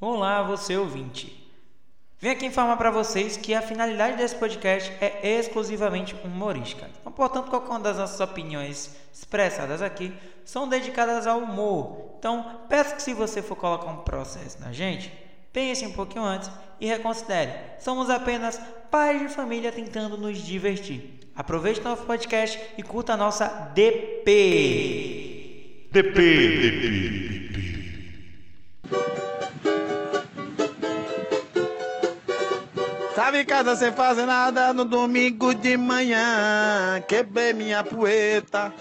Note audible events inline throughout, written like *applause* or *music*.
Olá, você ouvinte. Vim aqui informar para vocês que a finalidade desse podcast é exclusivamente humorística. Então, portanto, qualquer uma das nossas opiniões expressadas aqui são dedicadas ao humor. Então, peço que se você for colocar um processo na gente, pense um pouquinho antes e reconsidere. Somos apenas pais de família tentando nos divertir. Aproveite o nosso podcast e curta a nossa DP. DP, DP, DP. Tava em casa sem fazer nada no domingo de manhã. Quebrei minha poeta.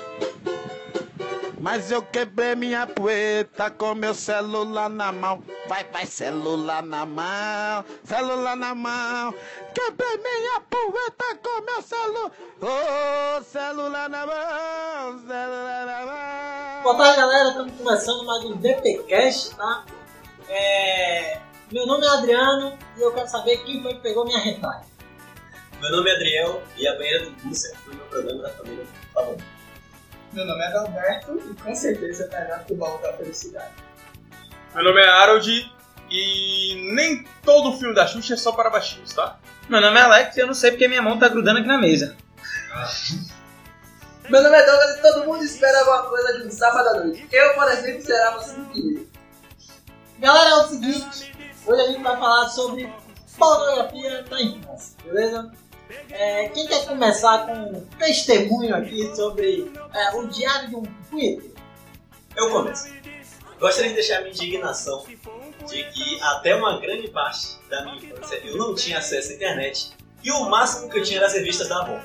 Mas eu quebrei minha poeta com meu celular na mão. Vai, vai, celular na mão, celular na mão. Quebrei minha poeta com meu celular. Oh, celular na mão, celular na mão. Boa tarde, galera. Estamos começando mais um DPCast, tá? É, Meu nome é Adriano e eu quero saber quem foi que pegou minha hentai. Meu nome é Adriel e a banheira do Gu sempre foi meu programa da família Tá favorito. Meu nome é Adalberto e com certeza tá vai no futebol da felicidade. Meu nome é Harold e nem todo filme da Xuxa é só para baixinhos, tá? Meu nome é Alex e eu não sei porque minha mão tá grudando aqui na mesa. Meu nome é Douglas e todo mundo espera alguma coisa de um sábado à noite. Eu, por exemplo, esperava assim que Galera, é o seguinte: hoje a gente vai falar sobre pornografia na infância, beleza? É, quem quer começar com um testemunho aqui sobre é, o diário de um punheteiro? Eu começo. Gostaria de deixar minha indignação de que até uma grande parte da minha infância eu não tinha acesso à internet e o máximo que eu tinha era as revistas da Avon.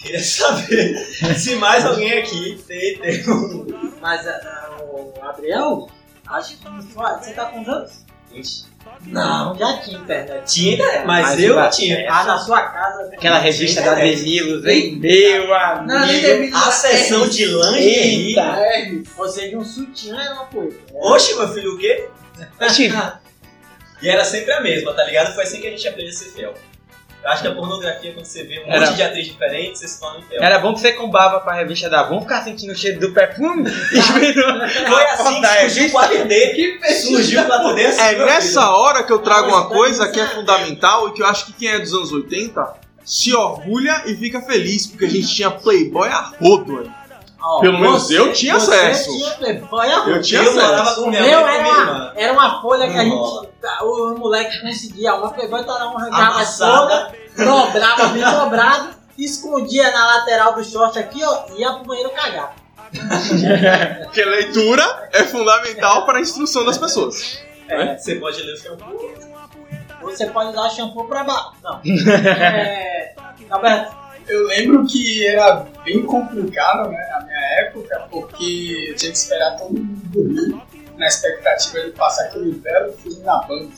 Queria saber *laughs* se mais alguém aqui tem, tem um... Mas é, é, o Adriel, acho que você tá com anos? Gente, Não, já tinha internet. Tinha, mas, Mas eu eu não acho tinha. Ah, na sua casa. Aquela revista da Demilos, hein? Meu amigo. Não, nem termina. A sessão de lingerie. Eita. Ou seja, um sutiã era uma coisa. Oxe, meu filho, o quê? Oxi, *laughs* E era sempre a mesma, tá ligado? Foi assim que a gente aprende a ser fiel. Eu acho que a pornografia, quando você vê um Era- monte de atriz diferente, você se torna infiel. era bom que você combava pra revista da Avon, ficar sentindo o cheiro do perfume e virou. Foi assim Tá, que surgiu o 4D. Surgiu o 4D assim, É meu filho. tá nessa hora que eu trago uma coisa que é fundamental e que eu acho que quem é dos anos 80 se orgulha e fica feliz, porque a gente tinha Playboy a rodo, velho. Ó, Pelo menos você- eu tinha você acesso. tinha Playboy, arroz. Eu tinha Eu morava acesso. com O minha meu mãe e com era minha uma, irmã. era uma folha que a Enrola. gente. O moleque conseguia uma pegou e tava um arrancava toda, Amassada. dobrava bem dobrado, escondia na lateral do short aqui, ó, e ia pro banheiro cagar. Porque leitura é fundamental para a instrução das pessoas. É, você pode ler o shampoo. Você pode usar shampoo pra baixo. Não. é, Alberto, Eu lembro que era bem complicado né, na minha época, porque eu tinha que esperar todo mundo dormir na expectativa de passar aquele belo filme na banda.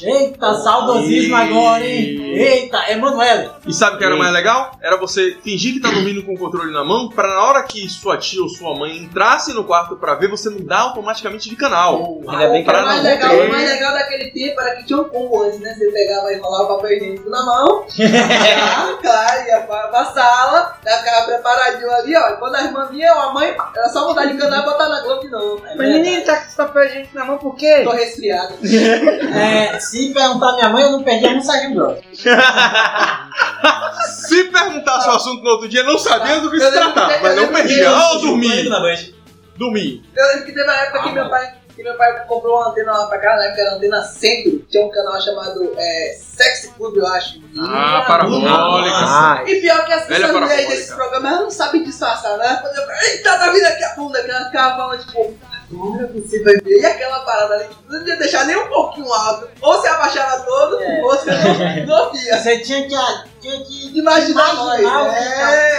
eita, saudosismo Ih. agora, hein? Eita, Emanuele. E sabe o que era mais legal? Era você fingir que tá dormindo com o controle na mão, para na hora que sua tia ou sua mãe entrasse no quarto para ver, você mudar automaticamente de canal. Ainda bem que Pra era O não mais, na legal, Avon. o mais legal daquele tempo era que tinha um combo antes, né? Você pegava e enrolava o papel higiênico *laughs* na mão, tá, claro, ia pra, pra sala, já ficava preparadinho ali, ó. E quando a irmã vinha, ou a mãe, era só mudar de canal e botar na Globo de novo. né? É Mas verdade. menino, tá com esse papel gente na mão por quê? Tô resfriado. *laughs* É, se perguntar minha mãe, eu não perdi a mensagem dela. Se perguntasse o assunto no outro dia, não sabia do que se Eu lembro tratava, que- mas eu não lembro que perdia. eu- Ah, eu Banho dormi, na Band. dormi. Eu lembro que teve uma época Ah, que meu pai, que meu pai comprou uma antena lá pra cá, na época era antena centro, tinha um canal chamado é, Sex Club, eu acho. Ah, E- parabólica. Ah, E pior que Velha as pessoas mulheres parabólica. desses programas elas não sabem disfarçar, né? Quando eu falo, eita, tá vindo aqui a bunda, que ela ficava falando, tipo, agora você vai ver. E aquela parada ali, que não ia deixar nem um pouquinho alto. Ou você abaixava todo, ou você não, não via. Você tinha que, ah, tinha que Imaginar nós. né? Imaginar o que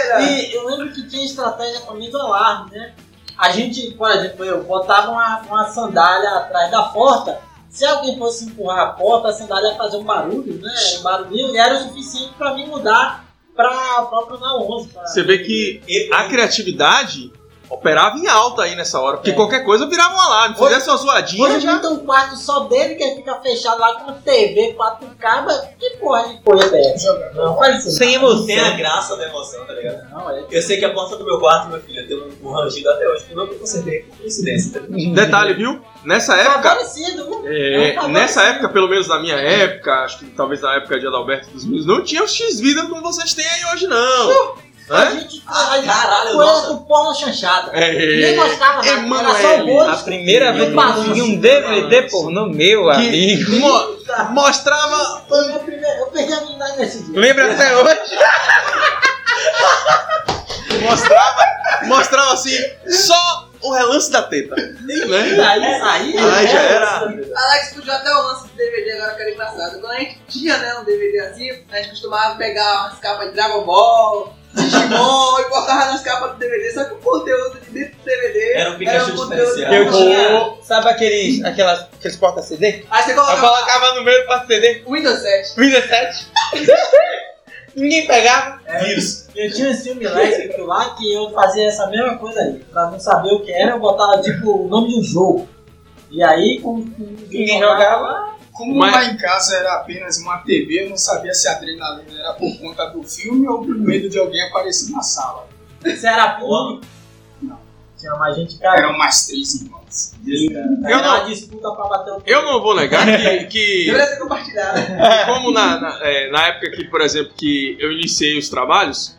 Era. E eu lembro que tinha estratégia comigo alarme, né? A gente, por exemplo, eu botava uma, uma sandália atrás da porta. Se alguém fosse empurrar a porta, a sandália ia fazer um barulho, né? Um barulhinho, e era o suficiente pra me mudar pra próprio na 11. pra- Você vê que E- a criatividade operava em alta aí nessa hora, porque É. qualquer coisa virava um alarme. Hoje- Fizesse uma zoadinha, Hoje já... já tem um quarto só dele que ele fica fechado lá com TV 4K, mas que porra de coisa é essa? Não, faz isso. sem Não tem a emoção. graça da emoção, tá ligado? Não, é. Eu sei que a porta do meu quarto, meu filho, tem um, um rangido até hoje, que eu não consertei por coincidência. Detalhe, viu? Nessa época, Favorecido, Tá viu? É, um Eu tava nessa assim. época, pelo menos na minha época, acho que talvez na época de Adalberto e dos meus, não tinha os X-Vida como vocês têm aí hoje, não. A Né? gente a gente caralho, foi nossa. do porno chanchada. É, Nem gostava nada, Emanuel, era só o A bolo. primeira vez que eu consegui um DVD pornô, meu amigo. que mo- mostrava. Foi minha primeira- Eu perdi a minha idade nesse dia. Lembra até *laughs* hoje? Mostrava. Mostrava assim, só o relance da teta. Né? Aí, aí, Aí já era. Alex fugiu até o lance do DVD agora que era engraçado. Quando a gente tinha né, um DVD assim, a gente costumava pegar umas capas de Dragon Ball, Digimon *laughs* e botava nas capas do DVD, só que o conteúdo de dentro do DVD É. Era um Pikachu diferenciado. Eu tinha. tinha. Sabe aqueles, aquelas, aqueles porta-CD? Aí você Eu colocava colocava no meio do porta-CD, Windows 7. 17. Ninguém pegava. Vírus. Eu tinha um filme elétrico lá que eu fazia essa mesma coisa aí. Pra não saber o que era, eu botava tipo o nome de um jogo. E aí, com, com Ninguém jogava. Como Mas- lá em casa era apenas uma TV, eu não sabia se a adrenalina era por conta do filme ou por medo de alguém aparecer na sala. Você era pobre? Tinha mais gente cara. Eram mais três irmãos. Eu Era não- uma disputa pra bater o Eu não vou negar que- *laughs* que Deveria ser compartilhado. E como na, na, é, na época que, por exemplo, que eu iniciei os trabalhos,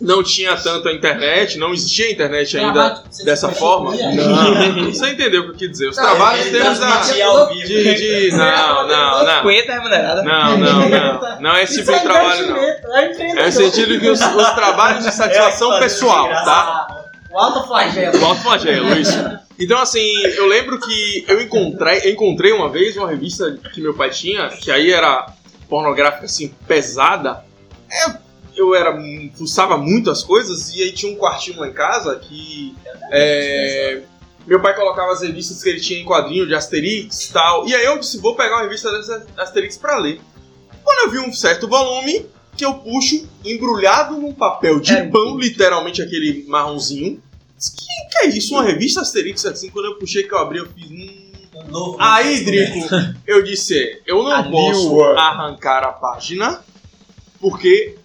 não tinha tanto a internet, não existia internet ainda Dramático, você é. dessa se forma. prostituía. Não, você entendeu o que eu quis dizer. Os Não, trabalhos ele temos a. transmitia ao vivo. De, de, não, não, não. Punheta remunerada. Não, não, não. Não é esse tipo Isso de é trabalho, não. investimento, é empreendedor. É no sentido que os, os trabalhos de satisfação É, fazer pessoal, graça. tá? O alto flagelo. Volta o flagelo, isso. Então, assim, eu lembro que eu encontrei, eu encontrei uma vez uma revista que meu pai tinha, que aí era pornográfica, assim, pesada. É, eu era, fuçava muito as coisas, e aí tinha um quartinho lá em casa que... é, meu pai colocava as revistas que ele tinha em quadrinho de Asterix e tal. E aí eu disse, vou pegar uma revista dessas Asterix pra ler. Quando eu vi um certo volume, que eu puxo, embrulhado num papel de pão, literalmente aquele marronzinho, que é isso? Uma revista Asterix assim, quando eu puxei que eu abri, eu fiz. Hum. Um novo. Aí, Drico, eu disse, eu não A new posso world. arrancar a página, porque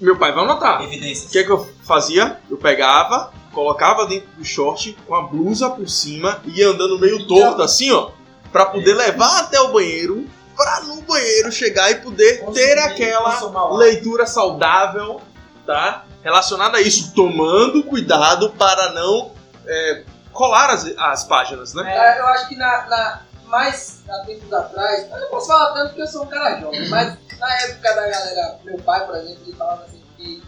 meu pai vai notar. O Evidências. que é que eu fazia? Eu pegava, colocava dentro do short, com a blusa por cima, e ia andando meio torto assim, ó, pra poder levar até o banheiro, pra no banheiro chegar e poder ter aquela leitura saudável, tá? Relacionada a isso, tomando cuidado para não é, colar as, as páginas, né? É, eu acho que na, na- mais há tempos atrás, eu não posso falar tanto porque eu sou um cara jovem, mas na época da galera, meu pai, por exemplo, ele falava assim que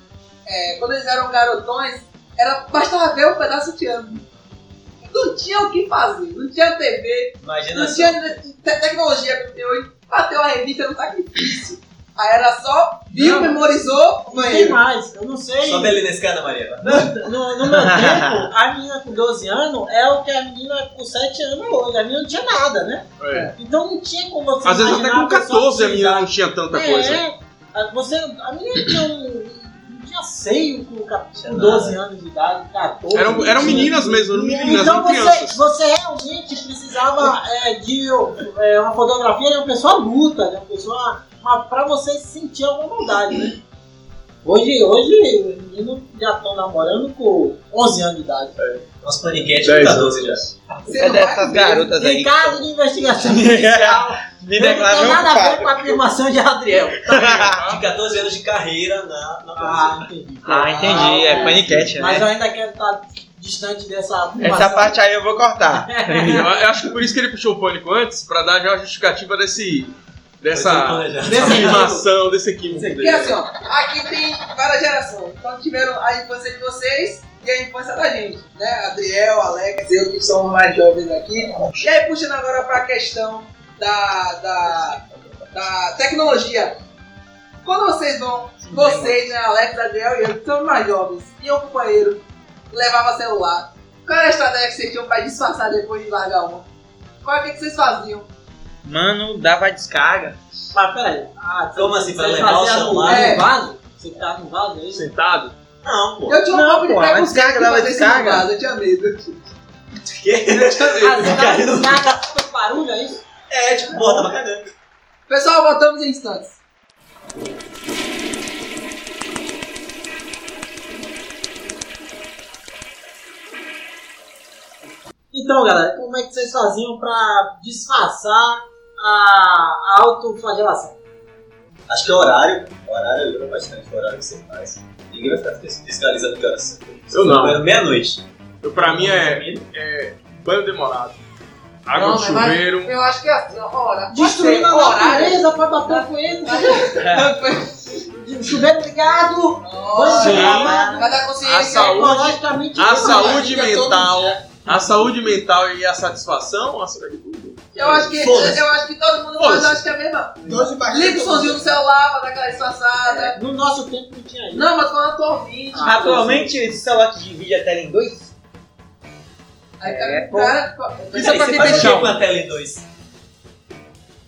é, quando eles eram garotões, era, bastava ver um pedaço de ano. Não tinha o que fazer, não tinha TV, Imagina não assim. tinha te- tecnologia que tem hoje, bateu a revista no sacrifício. Aí era só, viu, Não. memorizou, Tem banheiro. mais, eu não sei. Sobe ali na escada, Mariana. No, *laughs* no meu tempo, a menina com 12 anos é o que a menina com 7 anos hoje. A menina não tinha nada, né? É. Então não tinha como você Às vezes até imaginar com pessoa 14 a assim, menina não tinha tanta é, coisa. é. A- Você, a menina tinha um. Não tinha seio com, ca- com 12 anos de idade, 14. é. Eram, eram meninas mesmo, eram meninas, então não você, crianças. você realmente precisava é, de é, uma fotografia de uma pessoa adulta, de uma pessoa. Mas pra você sentir alguma maldade, né? Hoje, hoje os meninos já estão namorando com 11 anos de idade. Nosso paniquete Dez tá anos. 12 já. Você É não vai dessas ver. garotas aí. Em caso de *laughs* investigação policial, Me não tem declarou nada a ver culpado. com a afirmação de Adriel. De 14 anos de carreira na, na Ah, entendi. Ah, entendi. É paniquete, Mas né? eu ainda quero estar distante dessa afirmação. Essa parte aí eu vou cortar. Eu, eu acho que por isso que ele puxou o pânico antes, pra dar já uma justificativa desse. dessa. Dessa. dessa afirmação, desse químico Porque é dele. assim, ó, aqui tem várias gerações. Então tiveram a infância de vocês e a infância da gente, né? Adriel, Alex, eu que somos mais jovens aqui. E aí, puxando agora pra questão da, da, da tecnologia. Quando vocês vão, vocês, né, Alex, Adriel e eu, que somos mais jovens, iam pro banheiro, levava celular. Qual era a estratégia que vocês tinham pra disfarçar depois de largar uma? Qual é que vocês faziam? Mano, dava descarga. Mas peraí. Ah, Como assim, pra você levar o fazia celular? no- É. no vaso? Você tá no vaso aí? Sentado. Não, pô. Eu tinha um Não, pouco de pô, mas preconceito descarga, com dava vocês no descarga. vaso, eu tinha medo. Ah, As nada foi barulho aí? É, tipo, pô, tava cagando. Pessoal, voltamos em instantes. Então, galera, como é que vocês faziam pra disfarçar a, a autoflagelação? Acho que é horário. Horário ajuda bastante o horário que você faz. Ninguém vai ficar fis- fiscalizando que horas você tem. Você Eu tá não. comendo Meia-noite. Eu, pra mim é, Família. é banho demorado. Água Não, de mas vai- chuveiro. Eu acho que é assim, ó, hora. Destruindo a horário. natureza pra bater com ele. Chuveiro ligado, banho Nossa, Sim. derramado, *laughs* Vai dar A consciência. saúde- ecologicamente A não, saúde fica todo mental. A saúde mental e a satisfação acima de tudo. Eu acho que, Foda-se. eu acho que todo mundo Foda-se. faz, eu acho que é a mesma. Doze barrigas. Liga o somzinho do celular pra dar aquela disfarçada. No nosso tempo não tinha isso. Não, mas quando eu tô ouvindo. Ah, Atualmente, esse celular que divide a tela em dois. Aí É, o cara. Mas Isso é aí, pra você faz quem tem o que chão. com a tela em dois?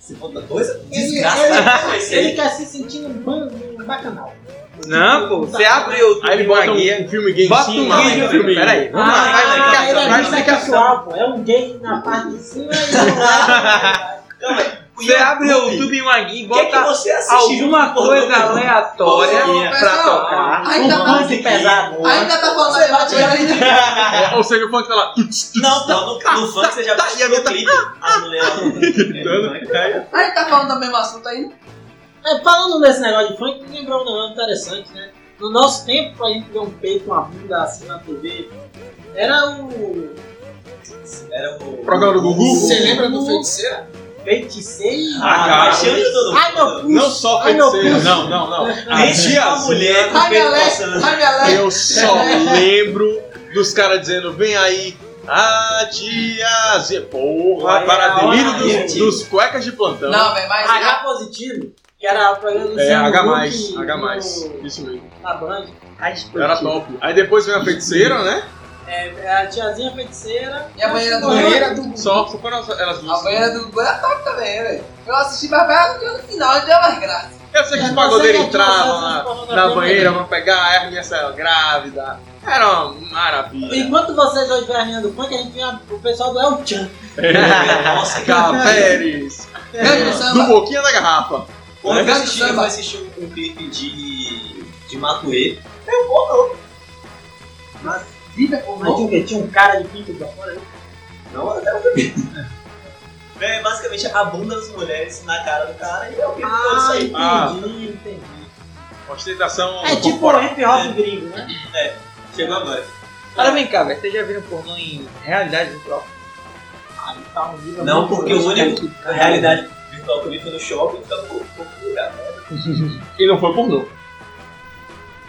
Você bota dois? Ele, Desgraça. ele, ele quer se sentir num bando, num bacanal. Não, pô, é você abre o Aí YouTube ele uma bota um, guia, um filme gay em bota cima. um vídeo, um filme pera aí, vamos lá, vai lá, Ah, vai ele lá, é vai explicação. bissexual, pô. É um gay na parte de cima e Você abre o YouTube em uma guia e O que é que bota você assiste? alguma coisa aleatória Porra, pra pessoal. tocar. Ainda Um tá, lance pesado. ainda tá falando a mesma coisa. ainda- Ou seja, o funk tá lá. Não, não, no, no funk você já Tá, e a assistiu minha o clipe. Ah, As mulheres. Ainda tá falando do mesmo assunto ainda. É, falando nesse negócio de funk, me lembrou um negócio interessante, né? No nosso tempo, pra gente ver um peito, uma bunda assim na TV, era o Era o. Programa do Gugu. Você lembra do feiticeiro? feiticeiro. Ah, A cara. paixão de todo mundo. Ai, meu cu. Não só Ai, meu feiticeiro. cu. Não, não, não. Nem tinha uma mulher com o Ai, peito galera. passando. Ai, galera. Eu só lembro dos caras dizendo, vem aí, a tia Z, porra, Olha, para delírio olha, dos, gente. dos cuecas de plantão. Não, velho, mas. H positivo, que era o programa do É, Luciano H+, Huck H+, no- isso mesmo. Na Band. Era top. Aí depois vem a feiticeira, né? É, a tiazinha feiticeira. E a banheira do Banheira do Só só quando elas- elas A duas. banheira do Gugu era top também, velho. Eu assisti, mas vai arranjando no final, não deu mais graça. Eu sei que os pagodeiros entravam lá na banheira, vão pegar a Hermes saiu grávida. Era uma *laughs* maravilha. Enquanto vocês hoje vêm a menina do funk, a gente vê a- o pessoal do El Chan. Nossa, Cacá Pérez. É. Gangue do Do samba. boquinha da garrafa. Quando eu Tá Lembra do assisti, samba? eu assisti um clipe de, de Matuê. Mas tinha, o quê? tinha um cara de pinto pra fora. Não, até o bebê. É basicamente a bunda das mulheres na cara do cara e é o que todo isso aí. Ah. entendi, entendi. Ostentação. É tipo o corporal. hip hop gringo, né? Ah, Chegou agora. Agora vem cá, velho, vocês já viram pornô em realidade virtual? Tá um nível Não, muito porque grande. o único, na realidade, virtual que eu vi foi no shopping, então pouco pouco lugar. E não foi pornô.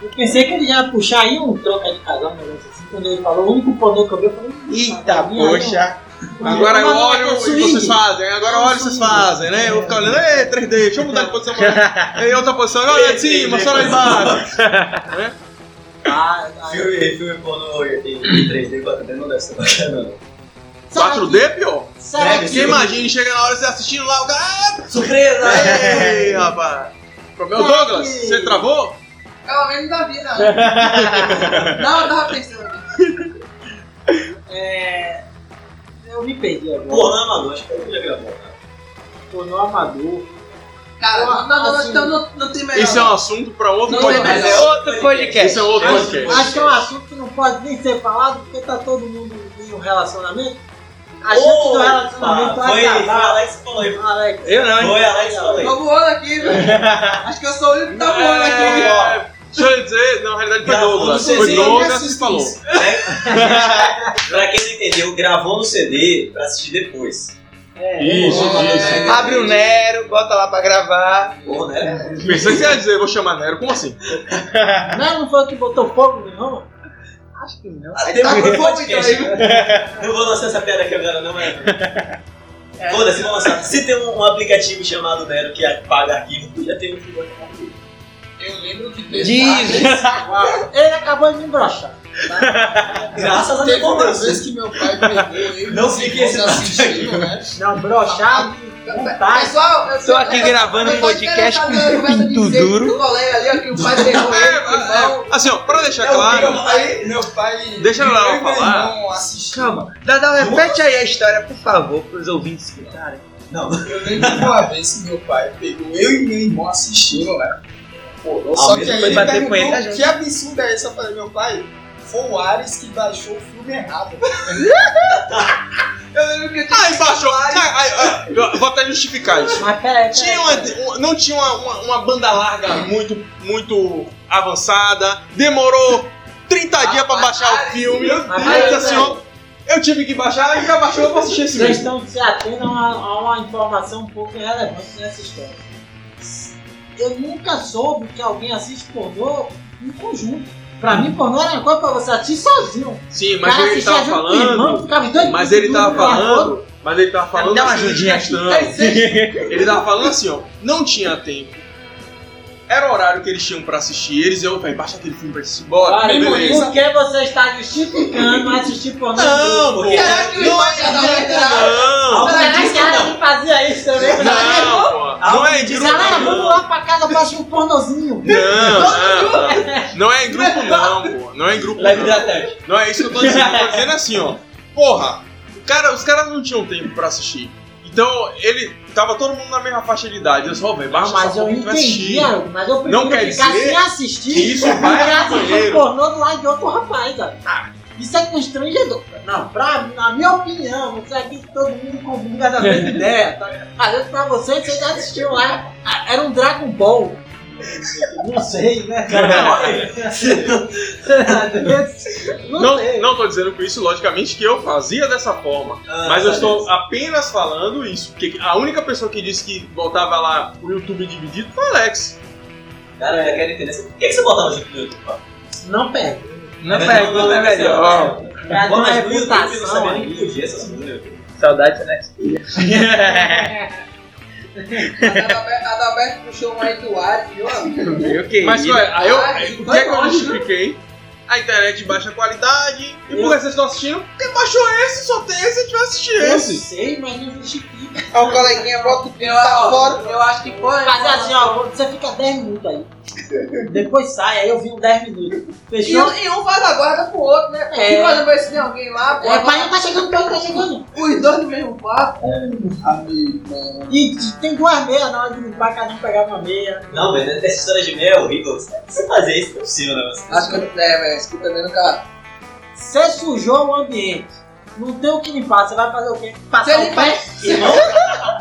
Eu pensei que ele ia puxar aí um troca de casal, um negócio assim. Quando ele falou, o único poder que eu vi, eu falei... Eita, "Ih, aí, poxa. Agora eu Mas não é olho e swing. vocês fazem, agora eu olho e vocês fazem, né? Eu vou ficar olhando, ei, 3D, deixa eu mudar de posição. Ei, outra posição, olha de cima, só lá de baixo. Ah, ah, Filme, filme pornô em em 3D, 4D não deve ser tá bacana, não. ah, será que- 4D, pior. Será Deve que... ser. Porque imagina, chega na hora você assistindo lá, o cara. Surpresa! Ei, rapaz. Meu Douglas, você travou? Pelo menos É da vida, né? Não, eu tava pensando. É... Eu me perdi agora. Pornô amador, acho que todo mundo já gravou. né? Pornô amador. Ah, Cara, não, não, nós assim, estamos no, no time Isso é melhor. um assunto pra outro Não, podcast. Mas é outro Isso podcast. é outro Mas- podcast. Acho que é um assunto que não pode nem ser falado, porque tá todo mundo em um relacionamento. A chance do Opa, relacionamento Foi foi acabar. Ah, Alex que falou aí. Alex, Eu não, hein? Foi Alex que falou aí. Tô voando aqui, velho. Acho que eu sou o único que tá voando aqui. É, Deixa eu dizer, não, na realidade foi Gravou no Douglas. CD, Foi eu Douglas que falou. *laughs* Pra quem não entendeu, gravou no CD pra assistir depois. Isso, é, É, isso. Abre o Nero, bota lá pra gravar. Porra, né? Pensei que você ia dizer, vou chamar Nero, como assim? Não, não foi o que botou fogo em Roma? Acho que não. Até um tá mais com podcast. né? fome, Não vou lançar essa piada aqui agora, não é? Foda-se, vamos lançar. Se tem um, um aplicativo chamado Nero que apaga arquivo, já tem um filme aqui. Eu lembro que teve uma Diz. vez- Ele acabou de me brochar. Graças a minha Teve uma cobrança. vez que meu pai pegou eu e Não meus fiquei irmãos assistindo, né? Não, brochar de vontade. Pessoal, eu Tô aqui gravando um podcast com pinto duro. O colega ali, ó, que o pai derrubou ele, É, é, irmão. Assim, ó, pra deixar É o claro, meu. Aí, meu pai. Deixa ela eu e meu falar. irmão assistindo. Calma, Dadal, repete aí a história, por favor, pros ouvintes escutarem. Não, Eu lembro de uma vez que meu pai pegou eu e meu irmão assistindo, né? Pô, Ah, só mas que aí foi ele bater perguntou punheta junto. que absurdo é esse? Eu falei, meu pai, você foi o Ares que baixou o filme errado. Eu lembro que eu tinha. Aí baixou. Ai, ai, ai, vou até justificar isso. Mas peraí, Tinha uma- uma- não tinha uma, uma- uma banda larga muito, muito avançada. Demorou 30 dias pra baixar o filme. Meu Mas Deus do peraí, céu. Eu tive que baixar e nunca baixou pra assistir esse Vocês vídeo. estão se atendo a uma, a uma informação um pouco irrelevante nessa história. Eu nunca soube que alguém assiste pornô em conjunto. Pra mim, pornô era uma coisa pra você assistir sozinho. Sim, O cara assistia junto com o irmão, ficava os dois Mas ele juntos, tava um atrás do outro. falando. Mas ele tava falando. Dá uma assim, ajudinha aqui. desgastando. *laughs* Ele tava falando assim, ó. Não tinha tempo. Era o horário que eles tinham pra assistir. Eles iam, vai, baixa aquele filme pra assistir. Bora, Cara, beleza. por que você está justificando assistir pornô? Não, junto? porque- não é- Não, Mas a galera que fazia isso também. né? não, pô, não é em Diz, grupo. galera, não. vamos lá pra casa pra assistir um pornozinho. Não, não. Não é em grupo, não, pô. Não é em grupo, Leve não. da tarde. Não é isso que eu tô dizendo. Eu tô dizendo assim, ó. Porra, o cara, os caras não tinham tempo pra assistir. Então, ele. Tava todo mundo na mesma faixa de idade. Eu só, velho, baixa mas essa eu porra que tu vai entendi, assistir. Haroldo, mas eu prefiro Não quer ficar dizer sem assistir que isso do vai que no assistir banheiro. pornô do lado de outro rapaz, cara. Isso é constrangedor. Não, pra, na minha opinião, você aqui todo mundo comunga da *laughs* mesma ideia. Tá? Às vezes pra vocês, vocês já assistiram lá, a- era um Dragon *laughs* Ball. Não sei, né, *laughs* cara? não, Não, sei. não tô dizendo com isso, logicamente, que eu fazia dessa forma. mas eu estou apenas falando isso. Porque a única pessoa que disse que voltava lá o YouTube dividido foi o Alex. Cara, eu quero entender. Por que que você botava o YouTube? Não pega. Não Né? é, é pergunta, melhor. Pra ter Bom, uma mas no YouTube eu não reputação sabia né? aí. nem que podia né? essas coisas. Saudade, né? Tá Adalberto, Adalberto puxou mais do Ares, meu amigo. Eu que Mas qual é? Aí eu, Ah, o que foi é que eu longe, justifiquei? A internet de baixa qualidade. E por que vocês estão assistindo? Porque baixou esse, só tem esse e vai assistir Eu esse. sei, mas não justifica. Aí o coleguinha bota o filme Eu, pra fora. eu acho que foi. Fazer assim, ó, você fica 10 minutos aí. Depois sai, aí eu vi um 10 minutos. E, Fechou? um- e um faz a guarda pro outro, né? É. E quando vê se tem alguém lá, É, bota pai, não tá chegando, pai, não tá chegando. os dois no mesmo papo. E t- tem duas meias na hora de limpar, cada um pegava uma meia. Não, mas essa história de meia é horrível. Você fazer isso não é possível, né? Você- Acho que eu é, velho, isso que eu também nunca. Você sujou o ambiente. Não tem o que limpar, você vai fazer o quê? Passar Você o pé? Irmão,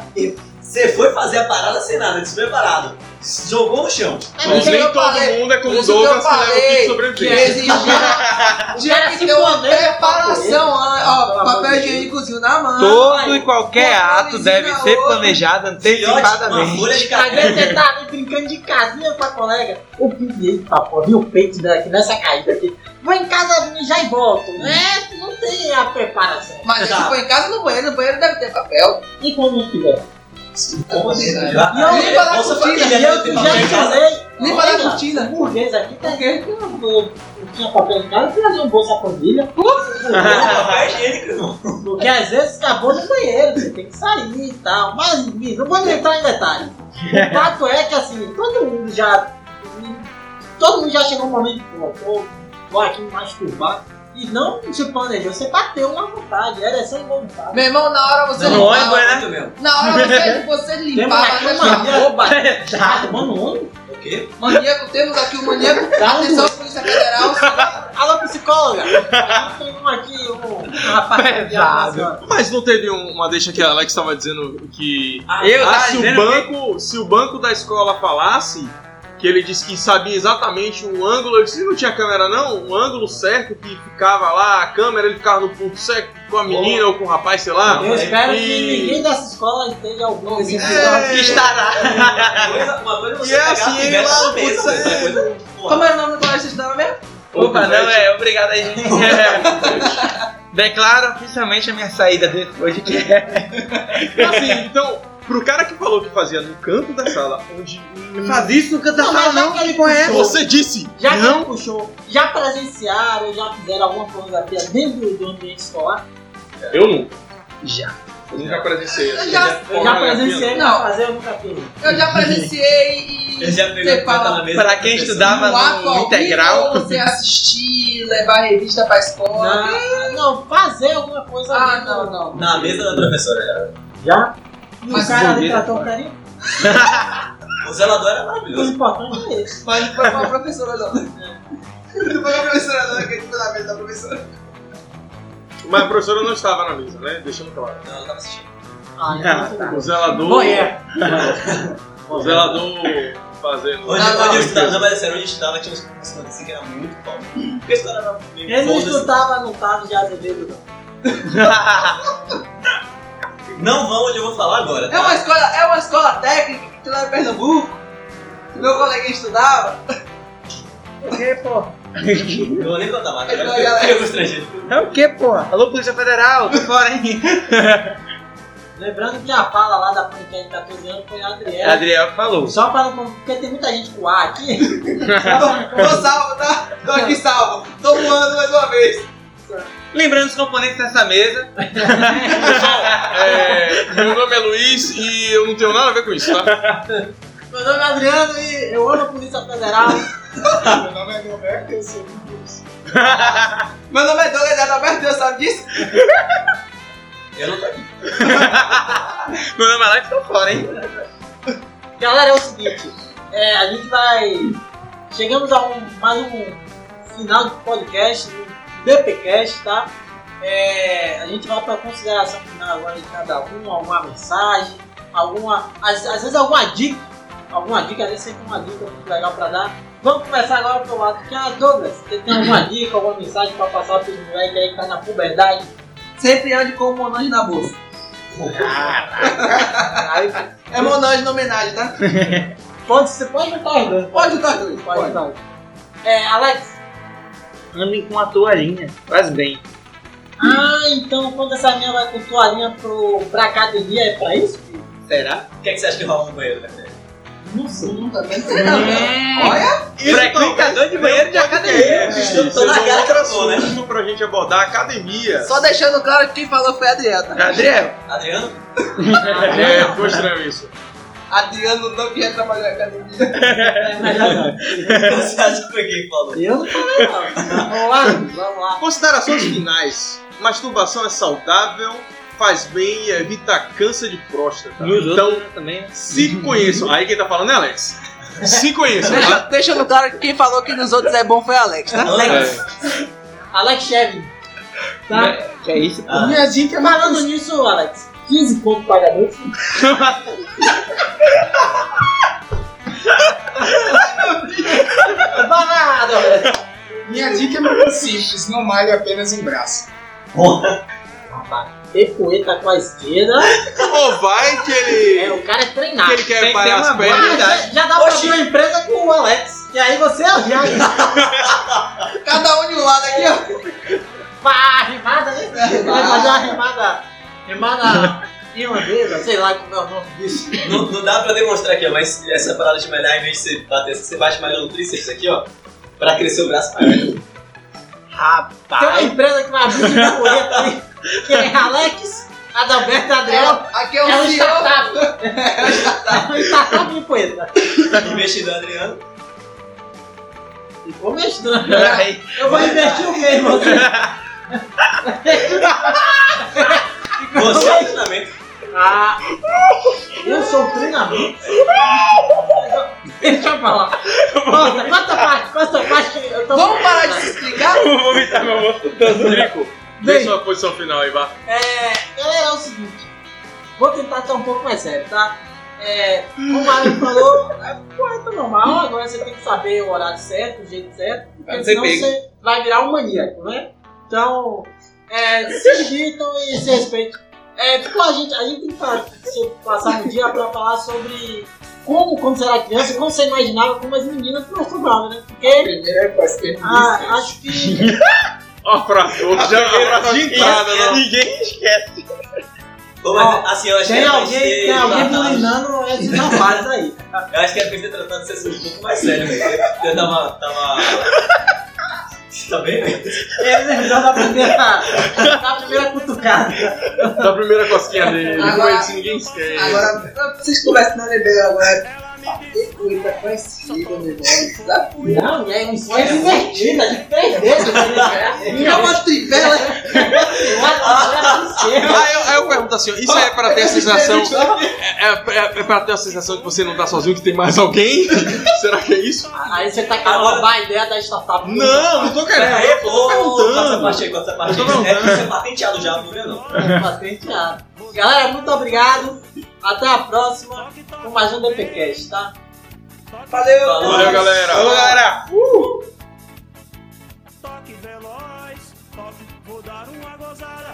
*laughs* você foi fazer a parada sem nada, despreparado. Jogou no chão. Mas isso que nem eu todo falei. mundo é como o Isso que eu Douglas que é? leva o falei, kit Que sobrevivente. *laughs* exigia. Tinha que ter uma preparação, ó, ó, papel higiênicozinho na mão. Todo e qualquer ato deve ser Outra. planejado Filhote, uma antecipadamente. folha de *laughs* Às café. vezes você tá ali brincando de casinha com a colega. O pinguei, papo, viu o peito dela aqui nessa caída aqui. Vou em casa já e volto. É, não tem a preparação. Mas se for em casa no banheiro, no banheiro deve ter papel. E quando tiver? Já- Não, é limpa na Bolsa cortina, Família, eu né? que Tem Já papel em casa. falei. Limpa Olha, na cortina. O burguês aqui tá querendo que eu não eu- eu tinha papel em casa, eu trazia um Bolsa Família. Não, papel higiênico, irmão. Porque às vezes acabou no banheiro, você tem que sair e tal. Mas, enfim, não vou entrar em detalhe. O fato é que, assim, todo mundo já. Todo mundo já chegou um momento de, pô, vou, vou aqui me masturbar. E não se planejou, você bateu uma vontade, era essa vontade. Meu irmão, na hora você No limpava. ônibus, né? Muito mesmo. Na hora você, *laughs* você Temos limpava, aqui né? uma rouba. Tá Exato. tomando ônibus? O quê? Maníaco, temos aqui um maníaco. Dá um Atenção, Polícia Federal. Alô, psicóloga! Tem um aqui, um rapaz que é assim, Pesado. viaja, Mas não teve um- uma deixa que a Alex estava dizendo que. Eu Ah, tava se o, dizendo que- banco, se o banco da escola falasse que ele disse que sabia exatamente o ângulo, eu disse não tinha câmera não, o ângulo certo que ficava lá, a câmera ele ficava no ponto certo com a menina ou com o rapaz, sei lá. Eu espero que E- ninguém dessa escola esteja algum Esse episódio. É. Uma coisa- Uma coisa é você E é pegar assim, a ele conversa lá, na mesa, putz, outra é. coisa- Como é o nome do colégio que estudava mesmo? Opa, não, é, obrigado aí. Declaro oficialmente a minha saída desse podcast. Assim, então, pro cara que falou que fazia no canto da sala, onde Faz isso nunca Não, mas já que ele puxou, você disse já que não, ele puxou, já presenciaram, já fizeram alguma pornografia dentro do- do ambiente escolar. eu nunca. Já. Eu nunca presenciei. Eu já- Eu já Pornografia, presenciei, Não. não fazer, eu nunca fiz. Eu já presenciei e. Ele já pegou Você e botou fala, na mesa. Pra quem Pessoa. estudava um ato no ao integral. vivo, ou você assistir, levar revista pra escola. Não, não, fazer alguma coisa. Ah, dentro- não, não. Na mesa da professora. já. Já? E o Mas Um cara ali zoeira, tratou o carinho. O zelador era O maravilhoso. importante é esse. Mas não foi com a professora, não. Foi a professora Dona que foi na mesa da professora. Mas a professora não estava na mesa, né? Deixando claro. Não, eu tava assistindo. O zelador. Bom, é. O zelador fazendo. Onde, Não, não, onde eu não. estudava, não, mas é sério, onde eu estudava tinha uns uns caras assim que era muito pobre. Porque esse cara era meio Ele não foda-se. estudava no caso de Azevedo, não. Não vão onde eu vou falar agora. tá? É uma escola, é uma escola técnica que tem lá em Pernambuco. que Meu coleguinha estudava. O que, porra? Eu vou nem contar mais, cara. Não, galera. Eu sou estrangeiro. É o que, porra? Alô, Polícia Federal, tô fora, hein? Lembrando que a fala lá da Panquete de 14 anos foi a É, Adriana. Adriel que falou. Só para não. Porque tem muita gente com A aqui. Tô salvo, tá? Tô aqui salvo. Tô voando mais uma vez. Lembrando os componentes dessa *laughs* mesa. É, meu nome é Luiz e eu não tenho nada a ver com isso, tá? Meu nome é Adriano e eu amo a Polícia Federal. Meu nome é Roberto, eu sou de Deus. Meu nome é Douglas Adalberto, Deus sabe disso? Eu não tô aqui. Meu nome é Alex, tô fora, hein? Galera, é o seguinte. é, a gente vai. Chegamos a um, mais um final do podcast, do DPcast, tá? É, a gente vai para consideração final agora de cada um, alguma mensagem, alguma. Às, às vezes alguma dica. Alguma dica, às vezes sempre uma dica muito legal para dar. Vamos começar agora pelo lado que é a Douglas. Você tem alguma dica, alguma mensagem para passar para os moleques aí que tá na puberdade? Sempre ande com o Monange na bolsa. Aí, É Monange na homenagem, tá? pode, você pode juntar os dois. Pode juntar dois. Pode Pode. juntar os dois. É, Alex, Ande com a toalhinha. Faz bem. Ah, então quando essa minha vai com toalhinha pro, pra academia é pra isso? Será? O que, é que você acha que rola no banheiro, né? Não sei. Nunca bem. Olha! Frequentador de banheiro de academia. Estou toda é a cara que eu sou, né? Próximo um pra gente abordar a academia. Só deixando claro que quem falou foi a Adriana. tá? Adriel, Adriano? *laughs* É, ficou estranho isso. Adriano não quer trabalhar na academia. É melhor não. Você acha que foi quem que falou? Eu não falei não. Vamos lá, vamos lá. Considerações finais. Masturbação é saudável, faz bem e evita câncer de próstata. e os então, outros também, né? *laughs* se conheçam. Aí quem tá falando é Alex. Se conheçam, Deixa, tá? deixando claro que quem falou que nos outros é bom foi Alex, tá? Alex. Alex Chevy. Tá? Que é isso? Ah, Minha dica é Falando nisso, Alex, 15 pontos para adulto. É. Banado, velho. Minha dica é muito simples, não malhe apenas um braço. Epoeta com a esquerda. Ou vai que ele, É, o cara é que treinado. ele quer Tem que ter parar uma as boa- pernas. Ah, já, já dá pra abrir uma empresa com o Alex. E aí você é o Jair. *laughs* Cada um de um lado aqui, ó. Vai, arrimada, né? Vai fazer uma arrimada. Arrimada irlandesa, sei lá como é o nome disso. Não, não dá pra demonstrar aqui, ó, mas essa parada de malhar, em vez de você bater assim, você bate malhando o tríceps aqui, ó. Pra crescer o braço maior. Tem uma empresa que vai abrir de coleta aí, que é Alex, Adalberto Adriel. Aqui é *laughs* É o um CEO. startup. É um startup de poeta. Investidor Adriano. Ficou meio estranho. né? Eu vou investir o quê em você? Você é o treinamento. Ah, eu sou um *laughs* treinamento. Deixa eu falar. Nossa, Passa a parte, passa a parte. que eu tô- Vamos parar de se É, explicar? Eu vou tá vomitar meu moço um tanto, Drico. Dê Bem. sua posição final aí, vá. Galera, é o seguinte. Vou tentar estar um pouco mais sério, tá? É, como a Alan falou, é poeta normal, agora você tem que saber o horário certo, o jeito certo, porque ser senão pego. você vai virar um maníaco, né? Então, é, se divirtam e se respeitem. É, com a gente, a gente tem que falar- se- passar um dia pra falar sobre como, quando você era criança, como você imaginava como as meninas se masturbavam, né? Porque Primeiro é pra ser ah, acho que Ó, pra já pra Ninguém- não. Ninguém esquece. Pô, mas assim, eu acho que tem era pra alguém, ser tem alguém tá tratado- bulinando esses rapazes aí. Eu acho que era pra ser tratado de ser um pouco mais sério, velho. Eu tava. tava. Tá bem, velho? Ele lembrou da primeira, da primeira cutucada. Da primeira cosquinha dele. Agora- Depois ninguém esquece. Agora, tá vocês conversam na bebê agora. Picuíta conhecida, meu irmão. Da Não, e aí não foi divertida de né? três vezes. É uma trivela. *laughs* Aí eu, aí eu pergunto assim, ó, isso aí é pra ter a sensação. É, é, é pra ter a sensação que você não tá sozinho, que tem mais alguém? *laughs* Será que é isso? Aí você tá querendo Agora- roubar a ideia da startup. Não, não tô querendo, Peraí, eu tô Corta essa perguntando. parte aí, corta essa parte Eu tô aí. É porque você é patenteado já, não vê não. É patenteado. Galera, muito obrigado. Até a próxima com mais um DPCast, tá? Valeu. Valeu, galera. Falou, galera! toque veloz, toque, vou dar uma gozada.